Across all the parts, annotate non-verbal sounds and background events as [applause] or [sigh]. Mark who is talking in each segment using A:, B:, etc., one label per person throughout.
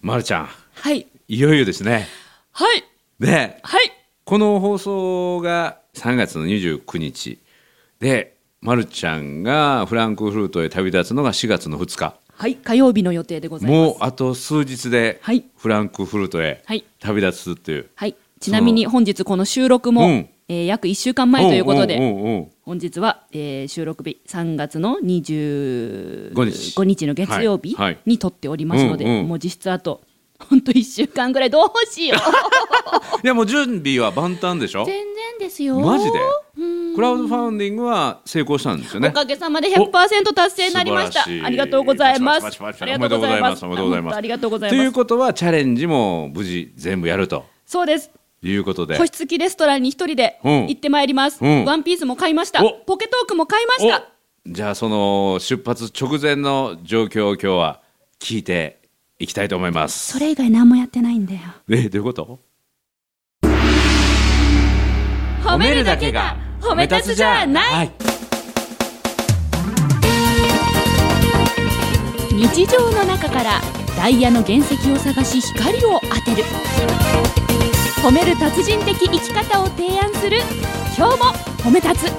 A: まるちゃん、
B: はい。
A: いよいよですね。
B: はい。
A: ね、
B: はい。
A: この放送が3月の29日で、まるちゃんがフランクフルトへ旅立つのが4月の2日。
B: はい。火曜日の予定でございま
A: もう
B: す。
A: あと数日で
B: はい
A: フランクフルトへ
B: はい
A: 旅立つっていう。
B: はい。ちなみに本日この収録も、
A: うん
B: えー約1週間前ということで、
A: おうおうおうおう
B: 本日は、えー収録日3月の25
A: 日
B: の月曜日
A: はいはい
B: に撮っておりますので、
A: うんうん
B: もう実質あと、ほんと1週間ぐらいどうし
A: [laughs]
B: よう。
A: いやもう準備は万端でしょ
B: 全然ですよ。
A: マジで
B: うん
A: クラウドファウンディングは成功したんですよね
B: お。かげさまで100%達成になりまし
A: 素
B: た
A: 晴らしい
B: ありがとうございます
A: パチパチパチパチ
B: ありがとうございます
A: おめでとうございます
B: ありがとうござい
A: と
B: ま
A: いう
B: す
A: ことはチャレンジも無事全部やると
B: そうです
A: いうことで
B: 個。室付きレストランに一人で
A: うん
B: 行ってまいります、
A: うん
B: ワンピースも買いました
A: お
B: ポケトークも買いました
A: おじゃあその出発直前の状況を今日は聞いていきたいと思います。
B: それ以外何もやってないんだよ
A: えどういうこと？
B: 褒めるだけが褒め立つじゃない、
A: はい。
B: 日常の中からダイヤの原石を探し光を当てる褒める達人的生き方を提案する今日も褒め立つ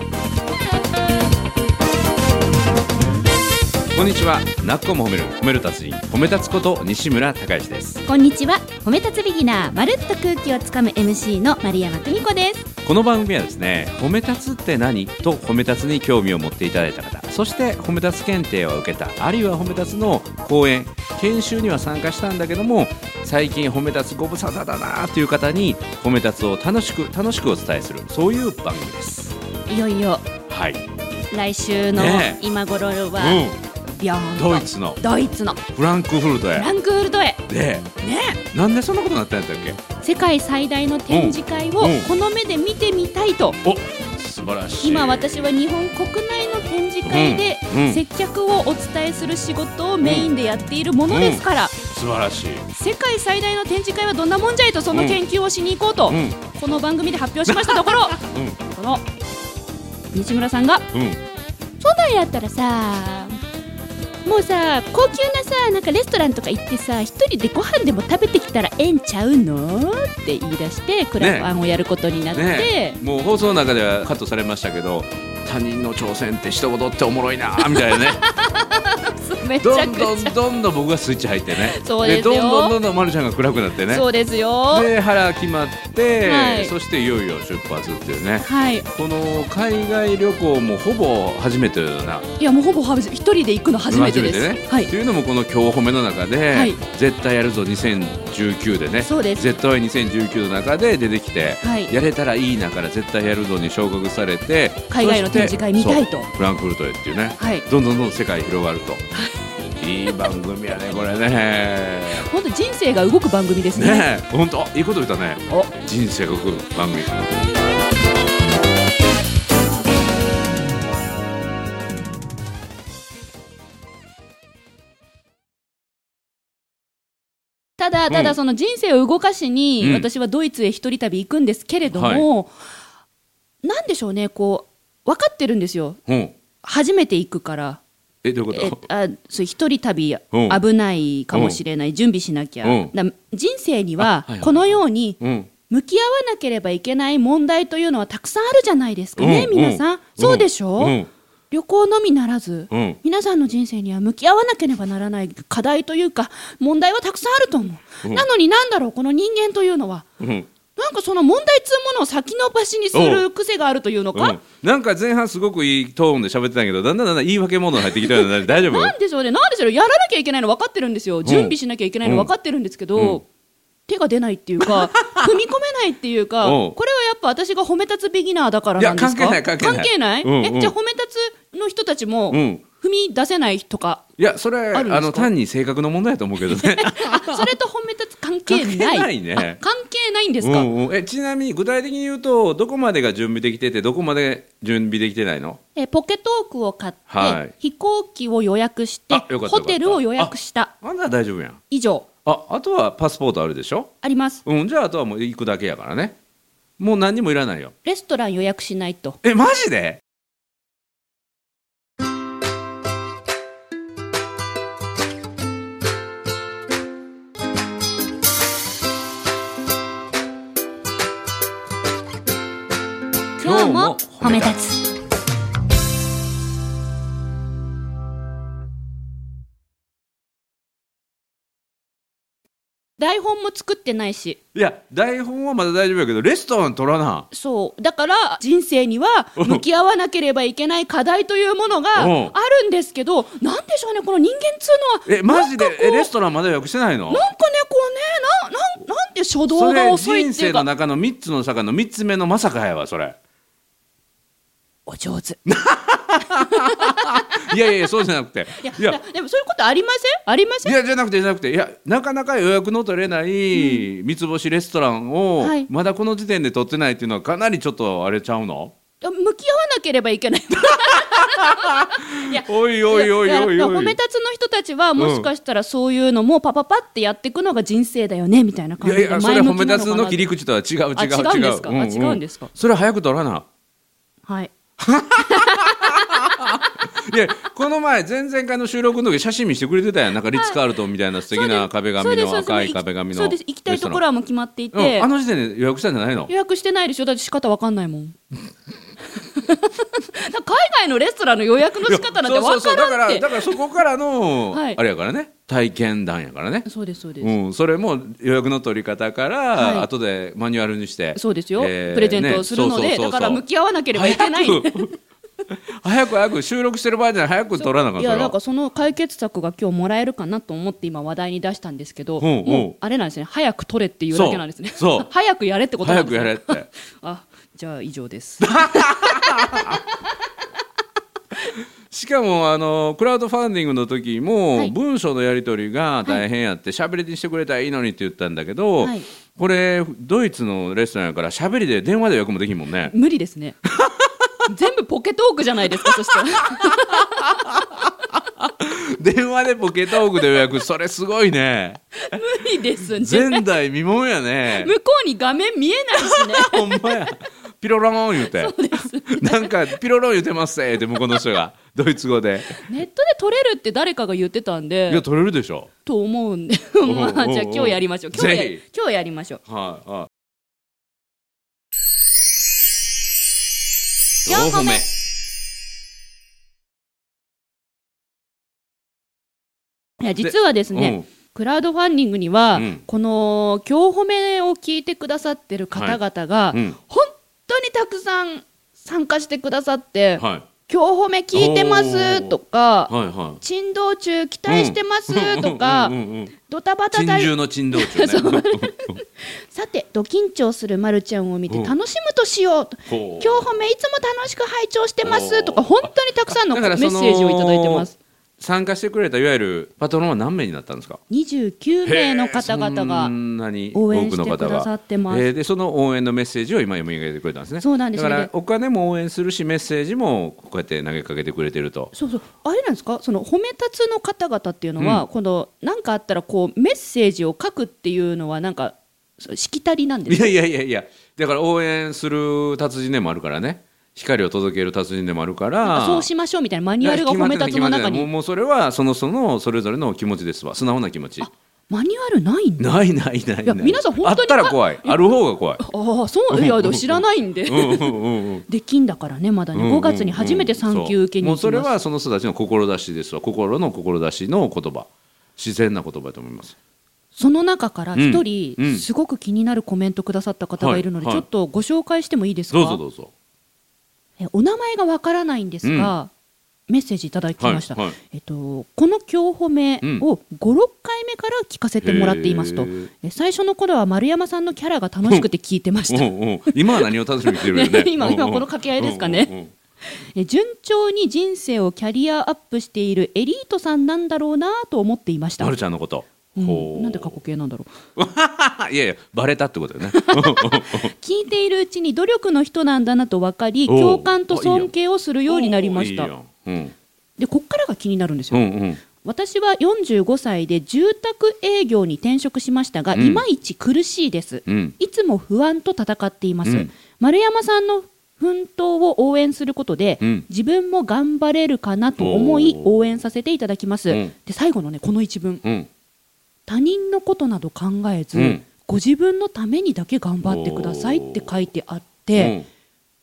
A: こんにちは。なっこも褒める褒める達人褒め立つこと西村孝之です。
B: こんにちは褒め立つビギナーまるっと空気をつかむ MC の丸山久美子です
A: この番組はですね褒め立つって何と褒め立つに興味を持っていただいた方そして褒め立つ検定を受けたあるいは褒め立つの講演研修には参加したんだけども最近褒め立つご無沙汰だなという方に褒め立つを楽しく楽しくお伝えするそういう番組です
B: いよいよ
A: はい、
B: 来週の
A: ねえ
B: 今頃は、
A: う
B: ビョーン
A: ん、
B: と
A: ドイツの
B: ドイツのフ
A: フランクフルトへ
B: [laughs] ランクフルトへ
A: で
B: ね
A: なんでそんなことになったんだっけ
B: 世界最大の展示会を
A: うんうん
B: この目で見てみたいと
A: お素晴らしい
B: 今私は日本国内の展示会で
A: うんうん
B: 接客をお伝えする仕事をメインでやっているものですから
A: 素晴らしい
B: 世界最大の展示会はどんなもんじゃいとその研究をしに行こうと
A: うん
B: この番組で発表しましたと
A: [laughs]
B: ころこの西村さんが
A: うんうん
B: 都内だったらさもうさ高級なさなんかレストランとか行ってさ一人でご飯でも食べてきたらええんちゃうのって言い出してクラファンをやることになって、
A: ねえ、もう放送の中ではカットされましたけど他人の挑戦って一言っておもろいなみたいなね
B: [laughs] めち
A: ど
B: ゃ
A: ん
B: く
A: どん
B: ちゃ
A: どんどん僕がスイッチ入ってね
B: そうですよ
A: どんどんどんどんまるちゃんが暗くなってね
B: そうですよ
A: で腹決まって、
B: はい
A: そしていよいよ出発っていうね
B: はい
A: この海外旅行もほぼ初めてだない
B: やもうほぼはじ一人で行くの初めてです
A: 初めてね、
B: はい
A: というのもこの今日褒めの中で、
B: はい
A: 絶対やるぞ2019でね
B: そうです
A: 絶対2019の中で出てきて、
B: はい
A: やれたらいいなから絶対やるぞに昇格されて
B: 海外の展示会見たい
A: そし
B: と
A: てそうフランクフルトへっていうね、
B: はい
A: どんどんどん世界広がるといい番組やねこ
B: [laughs]
A: れね
B: 本当人生が動く番組ですね
A: ねえ本当いいこと言ったね
B: お
A: 人生が動く番組
B: ただただその人生を動かしに、
A: うん
B: 私はドイツへ一人旅行くんですけれども、なんでしょうねこう分かってるんですよ
A: うん
B: 初めて行くから
A: えどうい
B: え
A: うこと
B: あそう一人旅
A: うん
B: 危ないかもしれない、準備しなきゃ、
A: うん
B: だ人生に
A: あ
B: は
A: はいはい
B: このように
A: うん
B: 向き合わなければいけない問題というのはたくさんあるじゃないですかね、
A: うん
B: 皆さん、
A: うん
B: そうでしょ、
A: うん
B: 旅行のみならず、
A: うん
B: 皆さんの人生には向き合わなければならない課題というか問題はたくさんあると思う、
A: うん
B: なのになんだろうこの人間というのは
A: うん
B: なんかその問題つうものを先延ばしにする癖があるというのか、
A: うん、なんか前半すごくいいトーンで喋ってたけどだんだんだんだん言い訳モードに入ってきたようになる大丈夫
B: なんでしょうね、なんでしょうね、やらなきゃいけないの分かってるんですよ、準備しなきゃいけないの分かってるんですけど、
A: うん
B: 手が出ないってい
A: [laughs]
B: うか、踏み込めないっていうか、
A: うん
B: これはやっぱ私が褒め立つビギナーだからなんですか
A: いや関係ない関係ないうんうん
B: えじゃあ、褒め立つの人たちも、
A: うん
B: 踏み出せないとか、 [laughs]
A: いやそれ
B: あ
A: あ
B: るんですか
A: の単に性格の問題だと思うけどね
B: あそれと褒め立つ関係な
A: 関係
B: い、
A: ないね
B: あ関係ないんですか、
A: うんうんえちなみに具体的に言うとどこまでが準備できててどこまで準備できてないの
B: えポケトークを買って、
A: はい
B: 飛行機を予約して
A: あよかったよかった
B: ホテルを予約した
A: あんなら大丈夫やん
B: 以上
A: ああとはパスポートあるでしょ
B: あります、
A: うんじゃああとはもう行くだけやからねもう何にもいらないよ
B: レストラン予約しないと。
A: えマジで
B: 今日も褒め立つ台本も作ってないし
A: いや台本はまだ大丈夫やけどレストラン取らな
B: そうだから人生には
A: うん
B: 向き合わなければいけない課題というものがあ
A: うん
B: るんですけどなんでしょうねこの人間っつうのは
A: えマジで
B: なんかこう
A: えレストランまだ予約してないの
B: なんかねこうねななんなんで初動
A: そ
B: が
A: れ
B: 遅い
A: 人
B: って
A: 生
B: いうか
A: の中の3つの坂の3つ目のまさかやわそれ
B: お上手
A: いやい
B: [laughs]
A: やそうじゃなくて
B: いや
A: いや
B: だでもそういうことありませんありませ
A: い
B: ん
A: やじゃなくてじゃなくていやなかなか予約の取れない三つ星レストランを、
B: はい
A: まだこの時点で取ってないっていうのはかなりちょっとあれちゃうの
B: 向き合わなければいけない
A: おいおいおいおい
B: だ
A: お
B: か
A: い
B: ら褒め立つの人たちはもしかしたらそういうのもパパパってやっていくのが人生だよねみたいない感じ
A: やい
B: で
A: やそれ
B: 前
A: は褒め
B: 向きなの
A: 立
B: か
A: つ
B: な
A: の切り口とは違う違う
B: あ
A: 違う
B: 違うんですか
A: う
B: あ
A: ん
B: 違うんですか
A: それは早く取らな
B: はい
A: いやこの前前々回の収録の時写真見してくれてたやんなんかリッツ・カールトンみたいな素敵な壁
B: そう
A: 紙
B: です
A: の
B: そうです
A: 赤い壁紙の
B: そうです行きたいところはもう決まってい
A: レストラン
B: て
A: うんあの時点で予約したんじゃないの
B: 予約してないでしょだって仕方わかんないもんだから海外のレストランの予約の仕方なんて
A: いやそう
B: わ
A: そう
B: か
A: そうだから
B: んっ
A: ら
B: て
A: だからそこからの、
B: はい
A: あれやからね体験談やからね
B: そうですそうです
A: うん、それも予約の取り方から、
B: はい
A: 後でマニュアルにして
B: そうですよ、
A: えー
B: プレゼントをするので、
A: ねそうそうそうそう
B: だから向き合わなければいけない。
A: 早く早く早く収録してる場合じゃない早く取らなかっ
B: い
A: た
B: や
A: ら
B: なんかその解決策が今日もらえるかなと思って今話題に出したんですけど、
A: うんうん
B: もうあれなんですね早く取れっていうだけなんですね
A: そうそう
B: 早くやれってことな
A: 早
B: んで
A: く
B: すね
A: やれって
B: あじゃあ以上です
A: しかもあのクラウドファンディングの時も、
B: はい
A: 文章のやり取りが大変やって喋、りにしてくれたらいいのにって言ったんだけど、
B: はい
A: これドイツのレストランやから喋りで電話で予約もできんもん
B: [laughs]
A: ね
B: 無理ですね全部ポケトークじゃないですかそしたら
A: 電話でポケトークで予約それすごい
B: [laughs]
A: ね
B: 無理ですね
A: 前代未聞や
B: [laughs]
A: ね
B: 向こうに画面見えないしね
A: ほんまや。ピロローン言うて。なんか、ピロロン言うてますって、向こうの人が。ドイツ語で。
B: [laughs] ネットで取れるって誰かが言ってたん
A: いや、
B: で
A: 取れるでしょ。
B: と思うんで [laughs]
A: おう
B: まあじゃあ今日やりましょう今日や
A: ぜ
B: 今日やりましょう
A: はい、は
B: 四個目いや実はですね、クラウドファンディングには、
A: うん
B: この今日褒めを聞いてくださってる方々
A: は
B: が、
A: いうん
B: 本当にたくさん参加してくださって、
A: はい。
B: 今日褒め聞いてま
A: お
B: す
A: ー
B: とか、
A: はい、はい。
B: 珍道中期待してますとか、
A: うんうんうんうん
B: ドタバタ
A: 珍
B: 大
A: 獣の珍道
B: [laughs]
A: 中ね。
B: さてド緊張するまるちゃんを見て
A: うん
B: 楽しむとしようと、
A: [laughs] ほう
B: 今日褒めいつも楽しく拝聴してま
A: おー
B: すとか本当にたくさんのメ
A: だから
B: ッ
A: そ
B: セ
A: の
B: ージをいただいてます。
A: 参加してくれた、いわゆるパトロンは何名になったんですか
B: 29名の方々
A: そ
B: が
A: んなに
B: 応援
A: 多くの方が
B: してくださってます
A: えーでその応援のメッセージを今読み上げてくれたんですね
B: そうなんです
A: だか
B: で
A: らお金も応援するしメッセージもこうやって投げかけてくれてると
B: そうそうあれなんですかその褒め立つの方々っていうのは、この何かあったらこうメッセージを書くっていうのはなんかそうしきたりなんで
A: い
B: すか
A: やいやいやいやだから応援する達人でもあるからね光を届ける達人でもあるか
B: なん
A: ら
B: かそうしましょうみたいなマニュアルが褒め立
A: いや
B: つの中
A: 決まってない決まってないもう
B: に
A: もうそれはその人のそれぞれの気持ちですわ素直な気持ち
B: マニュアルないんだ
A: ないないないない
B: いや皆さん本当に
A: あったら怖いある方が怖い
B: ああそういやでも知らないんで、
A: うんうんうんうん
B: できんだからねまだね5月に初めて産休受けに行きます、
A: そうもうそれはその人たちの志ですわ心の志の言葉自然な言葉だと思います
B: その中から一人、
A: うんうん
B: すごく気になるコメントくださった方がいるので、
A: はい
B: ち
A: は
B: ょ
A: い
B: っとご紹介してもいいですか
A: どうぞどうぞ
B: えお名前がわからないんですが、メッセージいただきました、
A: はいはい
B: えっと、この今日褒めを56回目から聞かせてもらっていますと、
A: へー
B: え最初の頃は丸山さんのキャラが楽しくて聞いてました
A: おうおう今は何を楽しみにしてるよね
B: ね今
A: うんうん
B: 今この掛け合いですかね
A: うんうんうん
B: え順調に人生をキャリアアップしているエリートさんなんだろうなと思っていました
A: まるちゃんのこと
B: う
A: ほ
B: ん、
A: う
B: なんで過去形なんだろう
A: あいやいやバレたってことよね
B: 聞いているうちに努力の人なんだなと分かり
A: おう
B: 共感と尊敬をするようになりました
A: いいようん
B: でこっからが気になるんです
A: う
B: よ、
A: んうん
B: 私は45歳で住宅営業に転職しましたが、
A: うん
B: いまいち苦しいです、
A: うん
B: いつも不安と戦っています、
A: うん
B: 丸山さんの奮闘を応援することで、
A: うん
B: 自分も頑張れるかなと思い
A: おー
B: 応援させていただきます、
A: うん
B: で最後のねこの一文
A: うん
B: 他人のことなど考えず、
A: うん
B: ご自分のためにだけ頑張ってくださいって書いてあって、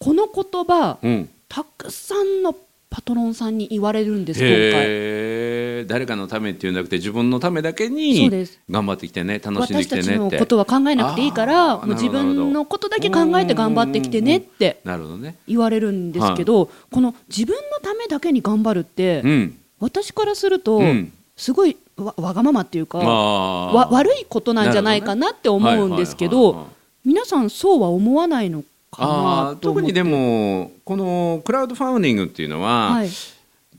A: うん
B: この言葉
A: うん、
B: たくさんのパトロンさんに言われるんです今回
A: へえ誰かのためっていうんじゃなくて自分のためだけ
B: そう
A: に
B: です
A: 頑張ってきてね楽しんで
B: 私
A: きて
B: たち
A: ね
B: の
A: っ
B: こ
A: て
B: とは考えなくていいから
A: あー
B: もう自
A: なるほどなるほど
B: 分のことだけ考えて頑張ってきてねって
A: なるほどね
B: 言われるんですけどこの自分のためだけに頑張るって
A: うん
B: 私からすると
A: うん
B: すごいわわがままっていうか
A: ま
B: わ
A: あ
B: 悪いことなんじゃないかなって思うんですけ
A: はいはいはいはい
B: ど皆さんそうは思わないの
A: あ
B: かな
A: ー
B: と
A: 特
B: 思って
A: にでもこのクラウドファウンディングっていうのは、
B: はい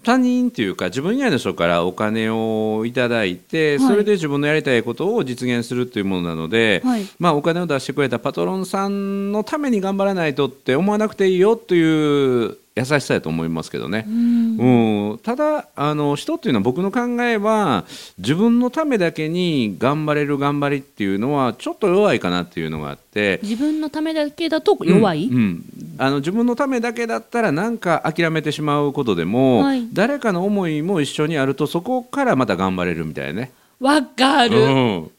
A: 他人っていうか自分以外の人からお金をいただいて、
B: はい
A: それで自分のやりたいことを実現するというものなので、
B: はい
A: まあ、お金を出してくれたパトロンさんのために頑張らないとって思わなくていいよという優しさやと思いますけどね
B: う。ん
A: うん、ただあの人っていうのは僕の考えは自分のためだけに頑張れる頑張りっていうのはちょっと弱いかなっていうのがあって、
B: 自分のためだけだと弱い、
A: うんうんあの自分のためだけだったらなんか諦めてしまうことでも、
B: はい
A: 誰かの思いも一緒にあるとそこからまた頑張れるみたいなね。
B: わか
A: う
B: る、
A: ん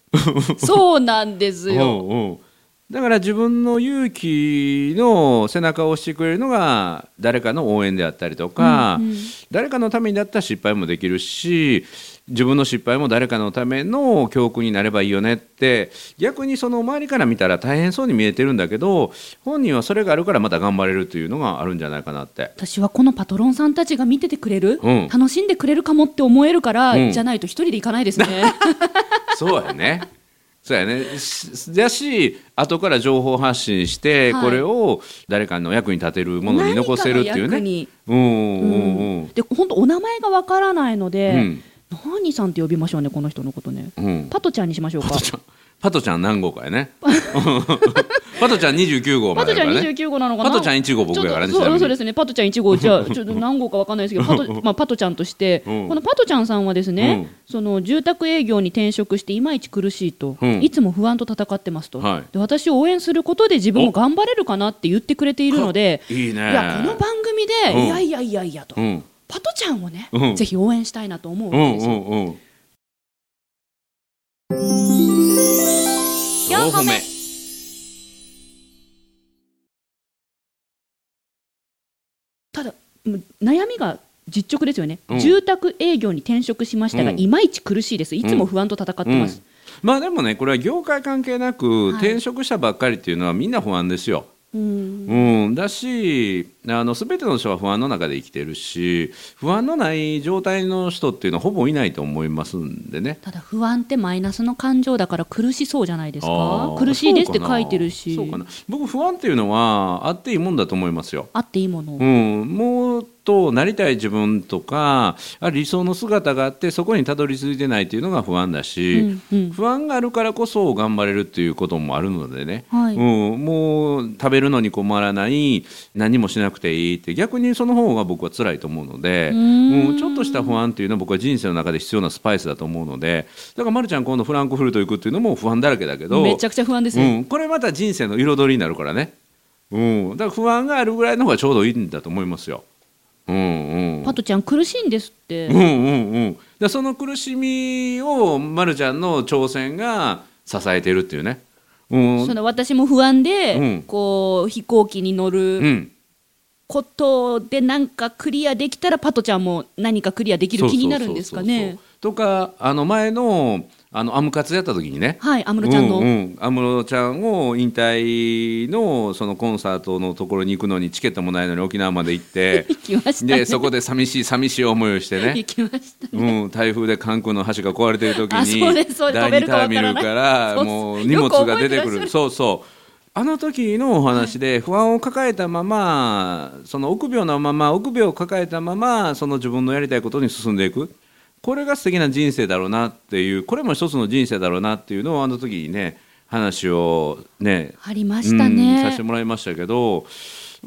B: そうなんですよ。
A: うんうんだから自分の勇気の背中を押してくれるのが誰かの応援であったりとか、
B: うんうん
A: 誰かのためになったら失敗もできるし自分の失敗も誰かのための教訓になればいいよねって逆にその周りから見たら大変そうに見えてるんだけど本人はそれがあるからまた頑張れるというのがあるんじゃないかなって。
B: 私はこのパトロンさんたちが見ててくれる、
A: うん
B: 楽しんでくれるかもって思えるから、
A: うん
B: じゃないと一人で行かない
A: [laughs]
B: ですね。
A: そうやね。そうやね。しだし、後から情報発信して、
B: はい
A: これを誰かの役に立てるものに残せるっていう
B: 何かの役
A: ね。
B: に
A: うんう
B: うん
A: うん
B: んで本当お名前がわからないの
A: う
B: で、
A: ん
B: 何さんって呼びましょうねこの人のことね。
A: うん。
B: パトちゃんにしましょうか。
A: パトちゃん、パトちゃん何号かや
B: [laughs]
A: ね。パトちゃん29号まで
B: パト
A: や
B: ちゃ
A: か
B: ん
A: ら
B: 二
A: ね
B: 十。九号なのかな。
A: パトちゃん1号僕やからね。
B: ちょっと
A: ちなみ
B: そう
A: に
B: そうですね、パトちゃん1号、じゃあ、ちょっと何号かわかんないですけど、パトまあ、パトちゃんとして、
A: うん
B: このパトちゃんさんはですね、その住宅営業に転職して、いまいち苦しいと、
A: うん
B: いつも不安と戦ってますと、
A: はい
B: で、私を応援することで自分も頑張れるかなって言ってくれているので、
A: いいね。
B: いや、この番組で、
A: うん
B: いやいやいやいやと、
A: うん
B: パトちゃんをね、
A: うん
B: ぜひ応援したいなと思うわ
A: う
B: け
A: ん
B: で
A: う
B: すよ。
A: んうん。
B: 四歩目ただ、もう悩みが実直ですよね、
A: うん
B: 住宅営業に転職しましたが、
A: うん
B: いまいち苦しいです、いつも不安と戦ってます。
A: まあでもねこれは業界関係なく
B: はい
A: 転職したばっかりっていうのはみんな不安ですよ、
B: うん
A: うん、だしあの全ての人は不安の中で生きてるし不安のない状態の人っていうのはほぼいないと思いますんでね。
B: ただ不安ってマイナスの感情だから苦しそうじゃないです
A: あ
B: か
A: ー
B: 苦しいですって書いてるし
A: そうかなそうかな僕不安っていうのはあっていいもんだと思いますよ。
B: あっていいものを、
A: うん、もっとなりたい自分とかあ理想の姿があってそこにたどり着いてないっていうのが不安だし、
B: うんうん
A: 不安があるからこそ頑張れるっていうこともあるのでね、
B: はい
A: うん、もう食べるのに困らない何もしなくていいって逆にその方が僕は辛いと思うので
B: うーん
A: うんちょっとした不安っていうのは僕は人生の中で必要なスパイスだと思うのでだからまるちゃん今度フランクフルト行くっていうのも不安だらけだけど
B: めちゃくちゃ不安です
A: う
B: ね、
A: ん、これまた人生の彩りになるからね、うん、だから不安があるぐらいの方がちょうどいいんだと思いますよ。うんうん、
B: パトちゃん苦しいんですって、
A: うんうんうんでその苦しみをまるちゃんの挑戦が支えてるっていうねうん
B: その私も不安で、
A: うん
B: こう飛行機に乗
A: う
B: る
A: ん
B: ことでなんかクリアできたらパトちゃんも何かクリアできる気になるんですか
A: そうそう
B: ね
A: そうそうとかあの前のあのアムカツやった時にね
B: はい安室ちゃんの、
A: ううん、安室ちゃんを引退のそのコンサートのところに行くのにチケットもないのに沖縄まで行って
B: [laughs] 行きましたね
A: でそこで寂しい寂しい思いをしてね
B: 行きました
A: うん、台風で関空の橋が壊れてる時
B: あそうですそう
A: に
B: で
A: 第
B: す飛べ
A: 2
B: る
A: タ
B: か
A: ー
B: わから
A: ミ
B: ない
A: ルからもう荷物が出てく
B: よく覚えてらっしゃ
A: る
B: る
A: そうそうあの時のお話で不安を抱えたままその臆病なまま臆病を抱えたままその自分のやりたいことに進んでいくこれが素敵な人生だろうなっていうこれも一つの人生だろうなっていうのをあの時にね話をね
B: ありましたね、
A: うんさせてもらいましたけどやっ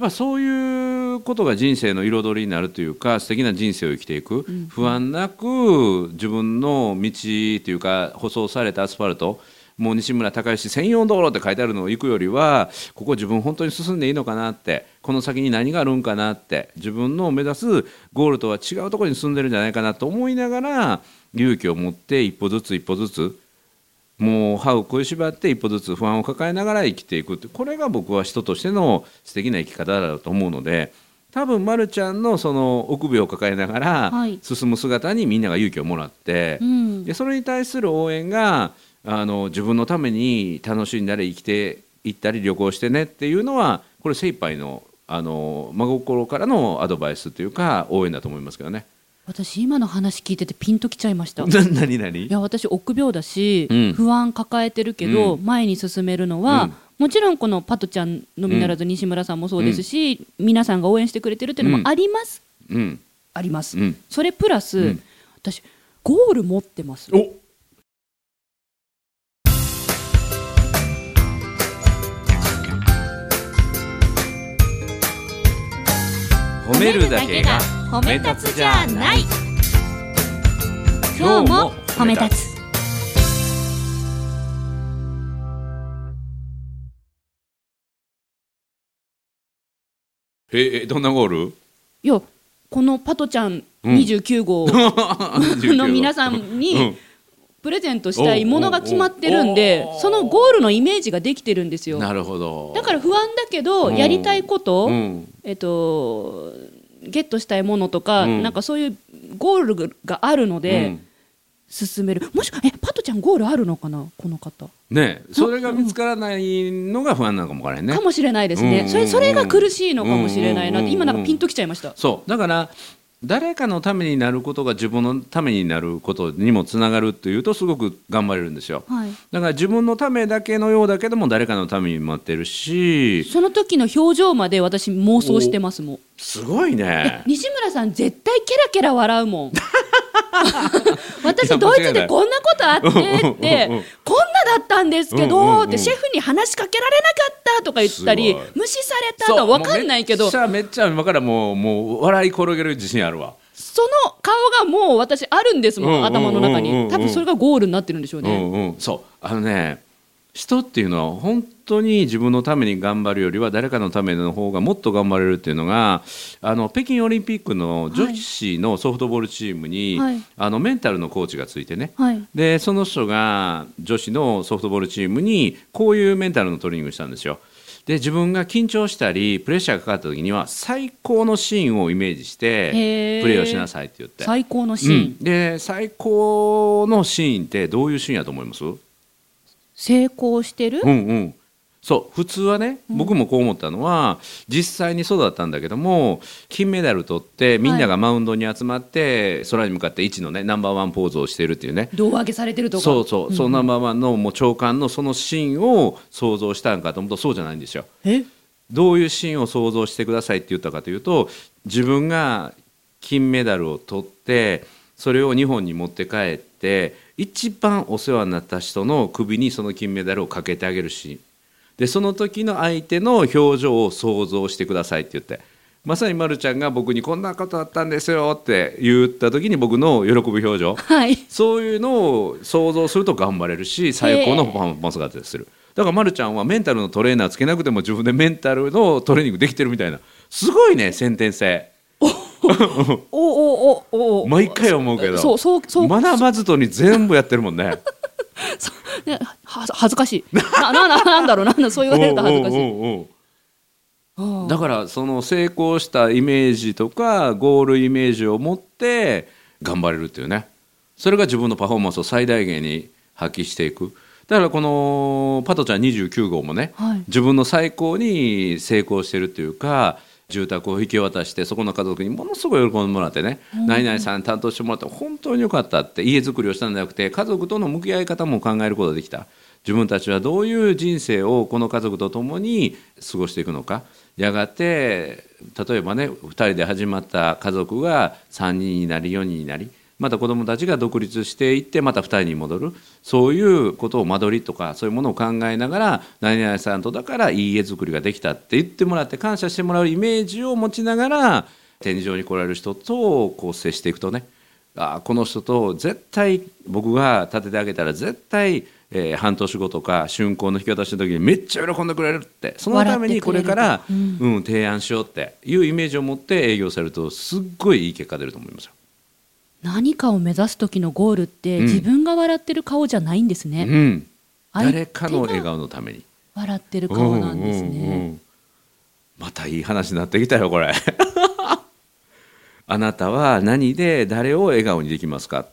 A: ぱそういうことが人生の彩りになるというか素敵な人生を生きていく、不安なく自分の道というか舗装されたアスファルトもう西村孝之専用道路って書いてあるのを行くよりはここ自分本当に進んでいいのかなってこの先に何があるんかなって自分の目指すゴールとは違うところに進んでるんじゃないかなと思いながら勇気を持って一歩ずつ一歩ずつもう歯を食いしばって一歩ずつ不安を抱えながら生きていくってこれが僕は人としての素敵な生き方だと思うので多分まるちゃんのその臆病を抱えながら
B: はい
A: 進む姿にみんなが勇気をもらって、
B: うん
A: でそれに対する応援があの自分のために楽しんだり生きていったり旅行してねっていうのはこれ精一杯のあの真心からのアドバイスというか応援だと思いますけどね。
B: 私今の話聞いててピンときちゃいました
A: な何何
B: いや私臆病だし、
A: うん
B: 不安抱えてるけど、
A: う
B: 前に進めるのは、
A: うん
B: もちろんこのパトちゃんのみならず西村さんもそうですし、皆さんが応援してくれてるっていうのもあります、
A: うん
B: あります、
A: うん
B: それプラス、
A: うん
B: 私ゴール持ってます
A: お褒めるだけが
B: 褒
A: め立つじゃない
B: 今日も褒め立つ
A: ええどんなゴー [laughs] ル
B: いやこのパトちゃん
A: うん
B: 29号
A: [laughs]
B: の皆さんに、プレゼントしたいものが決まってるん
A: おう
B: で
A: おうおう
B: そのゴールのイメージができてるんです
A: う
B: よ
A: んなるほど
B: だから不安だけ
A: う
B: ど
A: ん
B: やりたいこと、
A: うん
B: えっとゲットしたいものとか、
A: うん
B: なんかそういうゴールがあるので、
A: うん
B: 進めるもしえパトちゃんゴールあるのかなこの方、
A: ねそれが見つからないのが不安なのかもわからない
B: か
A: ね
B: もしれないです
A: う
B: ね、
A: ん
B: それそれが苦しいのかもしれないなって、
A: うん
B: 今なんかピンときちゃいました、
A: そうだから誰かのためになることが自分のためになることにもつながるっていうとすごく頑張れるんですよ
B: はい、
A: だから自分のためだけのようだけども誰かのために待ってるし
B: その時の表情まで私妄想してますもん
A: すごいね
B: 西村さん絶対ケラケラ笑うも
A: [laughs]
B: ん
A: いや
B: 私
A: 間
B: ドイ
A: 違いない
B: ツでこんなことあってっ
A: う
B: て
A: んうんうん
B: こんなだったんですけ
A: うんうんう
B: ど
A: ん
B: ってシェフに話しかけられなかったとか言った
A: す
B: り
A: ごい
B: 無視さ [laughs] れたとか分かんないけど
A: そう
B: そ
A: もうめっちゃめっちゃ今からもうもう笑い転げる自信あるわ
B: の顔がもう私あるんですもん
A: うんうんうんうん
B: 頭の中に多分それがゴールになってるんでしょう
A: う
B: ね
A: んうん、そうあのね人っていうのは本当に自分のために頑張るよりは誰かのための方がもっと頑張れるっていうのがあの北京オリンピックの女子のソフトボールチームに、
B: はい
A: あのメンタルのコーチがついてね、
B: はい
A: でその人が女子のソフトボールチームにこういうメンタルのトレーニングをしたんですよ。で自分が緊張したりプレッシャーがかかった時には最高のシーンをイメージして
B: へー
A: プレーをしなさいって言って。
B: 最高のシーン、
A: うん、で最高のシーンってどういうシーンやと思います
B: 成功してる、
A: うんうん、そう普通はね、僕もこう思ったのは実際にそうだったんだけども金メダル取ってみんながマウンドに集まって、空に向かって1のねナンバーワンポーズをしてるっていうね
B: 胴上げされてるとか
A: そうそう、そのナンバーワンのもう長官のそのシーンを想像したんかと思うとそうじゃないんですよ。
B: え
A: どういうシーンを想像してくださいって言ったかというと自分が金メダルを取ってそれを日本に持って帰って一番お世話になった人の首にその金メダルをかけてあげるシーンでその時の相手の表情を想像してくださいって言ってまさにまるちゃんが僕にこんなことあったんですよって言った時に僕の喜ぶ表情
B: はい
A: そういうのを想像すると頑張れるし最高のパフォーマンスがするだからまるちゃんはメンタルのトレーナーつけなくても自分でメンタルのトレーニングできてるみたいなすごいね先天性
B: おおおお
A: 毎回思うけど
B: そうそうそう
A: 学ばずとに全部やってるもんね
B: ねは恥ずかしい。な、な、ななんだろう、なんだ、 [laughs] そう言われると恥ずかし
A: おう
B: い。
A: おうおうおう
B: ああ
A: だからその成功したイメージとかゴールイメージを持って頑張れるっていうねそれが自分のパフォーマンスを最大限に発揮していくだからこのパトちゃん29号もね、
B: はい
A: 自分の最高に成功してるっていうか住宅を引き渡してそこの家族にものすごい喜んでもらってね、何々さん担当してもらって本当に良かったって家づくりをしたんじゃなくて家族との向き合い方も考えることができた自分たちはどういう人生をこの家族と共に過ごしていくのかやがて例えばね2人で始まった家族が3人になり4人になりまた子どもたちが独立していってまた2人に戻るそういうことを間取りとかそういうものを考えながら何々さんとだからいい家づくりができたって言ってもらって感謝してもらうイメージを持ちながら天井に来られる人とこう接していくとねあーこの人と絶対僕が立ててあげたら絶対、えー半年後とか竣工の引き渡しの時にめっちゃ喜んでくれるってそのためにこれから、
B: 笑ってくれると
A: うん、提案しようっていうイメージを持って営業されるとすっごいいい結果出ると思いますよ。
B: 何かを目指す時のゴールって、
A: うん
B: 自分が笑ってる顔じゃないんですね。
A: うん
B: 相手
A: 誰かの笑顔のために
B: 笑ってる顔なんですね、
A: うんうんうんまたいい話になってきたよこれ [laughs] あなたは何で誰を笑顔にできますか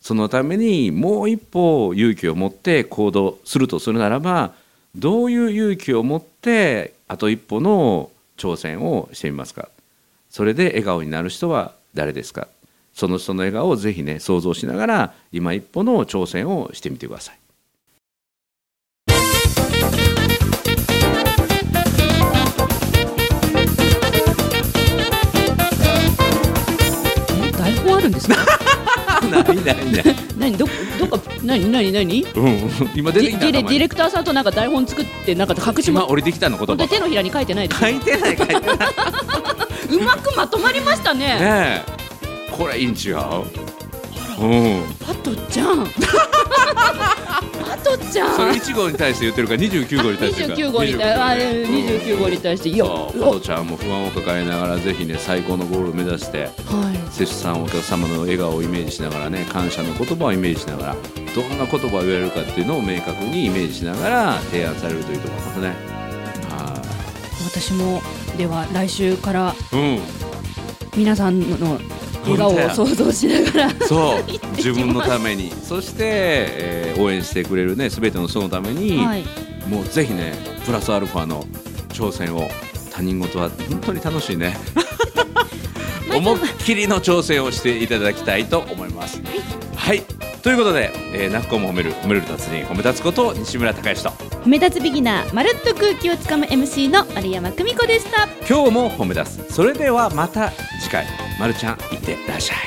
A: そのためにもう一歩勇気を持って行動するとするならばどういう勇気を持ってあと一歩の挑戦をしてみますかそれで笑顔になる人は誰ですかその人の笑顔をぜひね想像しながら今一歩の挑戦をしてみてください。 [laughs]
B: え台本あるんですか
A: ないないない。
B: 何どどっか何何何デ
A: うん、今出てき
B: ィ
A: た頭
B: ディレデ
A: に
B: ィレクターさんとなんか台本作ってなんか隠し
A: 今
B: ま
A: 降りてきたの言
B: 本当
A: 葉
B: に。手のひらに書いてな
A: [laughs]
B: いです
A: 書いてない書い
B: [laughs]
A: てない。
B: うまくまとまりましたね
A: ねえこれいいん違ううん
B: パトちゃ
A: [laughs]
B: んパトちゃ
A: それ
B: ん
A: 1号に対して言ってるから29号に対して言ってる
B: 29
A: か
B: 号
A: ら
B: に対あえー
A: うん
B: 29号に対していや
A: そう
B: お
A: 加トちゃんも不安を抱えながらぜひね最高のゴールを目指して
B: は
A: 接種さんお客様の笑顔をイメージしながらね感謝の言葉をイメージしながらどんな言葉を言われるかっていうのを明確にイメージしながら提案されるといいと思いますねはい
B: 私もでは来週から
A: いうん
B: 皆さんの笑顔を想像しながら
A: そう自分のために [laughs] そして、えー応援してくれるね全ての人のために、
B: はい
A: もうぜひねプラスアルファの挑戦を他人事は本当に楽しい [laughs] ね思いっきりの挑戦をしていただきたいと思いますはい、ということで、えー、泣く子も褒める褒める達人褒め立つこと西村孝之と
B: 褒め立つビギナーまるっと空気をつかむ MC の丸山久美子でした
A: 今日も褒め立つそれではまた次回まるちゃんいってらっしゃい